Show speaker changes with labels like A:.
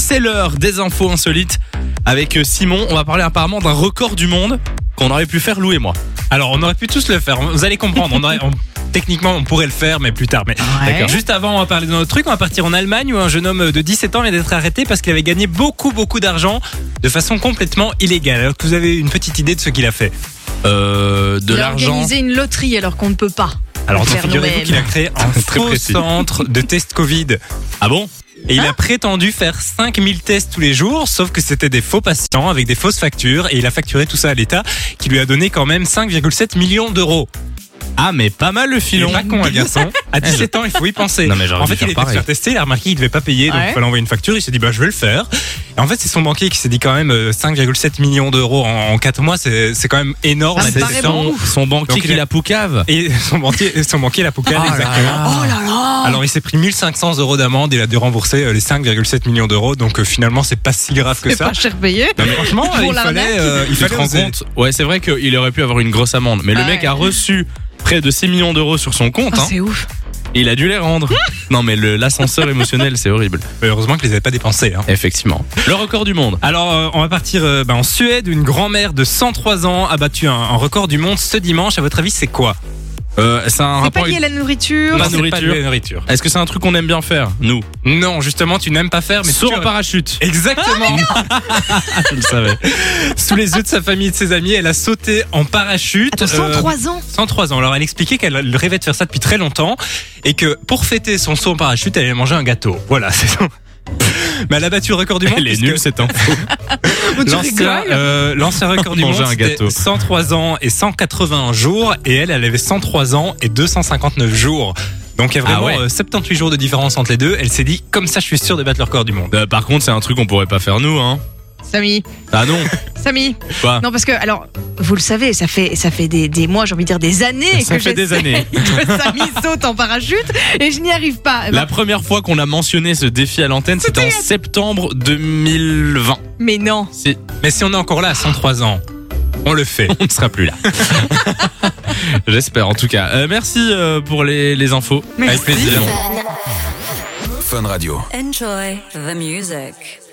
A: c'est l'heure des infos insolites avec Simon. On va parler apparemment d'un record du monde qu'on aurait pu faire Lou et moi.
B: Alors, on aurait pu tous le faire. Vous allez comprendre. On aurait- on- techniquement, on pourrait le faire, mais plus tard. Mais
C: Ouais.
B: d'accord. Juste avant, on va parler de notre truc. On va partir en Allemagne où un jeune homme de 17 ans vient d'être arrêté parce qu'il avait gagné beaucoup, beaucoup d'argent de façon complètement illégale. Alors que vous avez une petite idée de ce qu'il a fait.
A: Euh,
C: Il
A: de
C: a
A: l'argent.
C: organisé une loterie alors qu'on ne peut pas.
B: Alors,
C: Le Père
B: figurez-vous
C: Noël.
B: qu'il a créé un
A: Très
B: faux
A: précis.
B: centre de tests Covid.
A: Ah bon
B: Et il a prétendu faire 5000 tests tous les jours, sauf que c'était des faux patients avec des fausses factures. Et il a facturé tout ça à l'État, qui lui a donné quand même 5,7 millions d'euros.
A: Ah mais pas mal le
B: Il est
A: filon.
B: pas con, un garçon. À 17 ans, il faut y penser.
A: Non, mais j'aurais
B: en
A: dû
B: fait,
A: faire
B: il était
A: pareil.
B: faire tester, il a remarqué qu'il devait pas payer, donc
C: Ouais.
B: il fallait envoyer une facture. Il s'est dit, bah, je vais le faire. Et en fait, c'est son banquier qui s'est dit quand même euh, 5,7 millions d'euros en, 4 mois, c'est c'est quand même énorme.
C: Ça
B: à
C: me paraît
B: 17 ans.
C: bon.
A: Son, son banquier
B: Donc, il
A: qui
B: a-
A: la poucave.
B: Et son banquier, son banquier l'a poucave,
A: Oh là
B: exactement.
A: là.
C: Oh là là
B: Alors il s'est pris 1500 euros d'amende, il a dû rembourser euh, les 5,7 millions d'euros, donc euh, finalement c'est pas si grave que
C: C'est
B: ça.
C: pas cher payé.
B: Non, mais franchement,
C: Pour
B: euh, il
C: l'arnaque.
B: fallait, euh, il
A: tu te
B: fallait
A: rends
B: oser.
A: compte Ouais, c'est vrai qu'il aurait pu avoir une grosse amende, mais le
C: Ouais.
A: mec a reçu près de 6 millions d'euros sur son compte.
C: Oh,
A: hein.
C: c'est ouf.
A: Il a dû les rendre. non mais le- l'ascenseur émotionnel, c'est horrible.
B: Mais heureusement qu'ils n'avaient pas dépensé. hein.
A: Effectivement. Le record du monde.
B: Alors euh, on va partir euh, bah, en Suède, une grand-mère de 103 ans a battu un, un record du monde ce dimanche. À votre avis, c'est quoi
A: Euh, c'est un
C: C'est
A: rapport.
C: pas lié à la nourriture.
A: La
B: Non, c'est pas de
A: nourriture.
B: la nourriture.
A: Est-ce que c'est un truc qu'on aime bien faire, nous
B: Non, justement, tu n'aimes pas faire, mais
A: Saut
B: tu-
A: en parachute.
B: Exactement.
A: Je le savais.
C: Ah
B: Sous les yeux de sa famille et de ses amis, elle a sauté en parachute.
C: Attends,
B: Euh,
C: 103 ans
B: 103 ans. Alors elle expliquait qu'elle rêvait de faire ça depuis très longtemps et que pour fêter son saut en parachute, elle allait manger un gâteau. Voilà, c'est tout. Mais elle a battu le record du monde.
A: Elle est
B: puisque
A: nulle, c'est un
B: L'ancien
C: rigoles
B: euh, l'ancien record du monde,
A: Manger un
B: c'était
A: gâteau.
B: 103 ans et 181 jours. Et elle, elle avait 103 ans et 259 jours. Donc il y a vraiment
A: Ah ouais.
B: euh, 78 jours de différence entre les deux. Elle s'est dit, comme ça, je suis sûre de battre le record du monde.
A: Euh, par contre, c'est un truc qu'on pourrait pas faire nous, hein.
C: Samy,
A: Ah non,
C: Samy.
A: Quoi
C: Non, parce que, alors, vous le savez, ça fait, ça fait des, des mois, j'ai envie de dire des années
A: ça
C: que
A: fait des
C: j'essaie
A: années.
C: que Samy saute en parachute et je n'y arrive pas. Eh ben,
A: La première fois qu'on a mentionné ce défi à l'antenne, c'était en septembre 2020.
C: Mais non.
A: Si,
B: Mais si on est encore là à 103 ans, on le fait.
A: on ne sera plus là. J'espère en tout cas. Euh, merci euh, pour les, les infos.
C: Merci.
A: Avec plaisir.
D: Enjoy the music.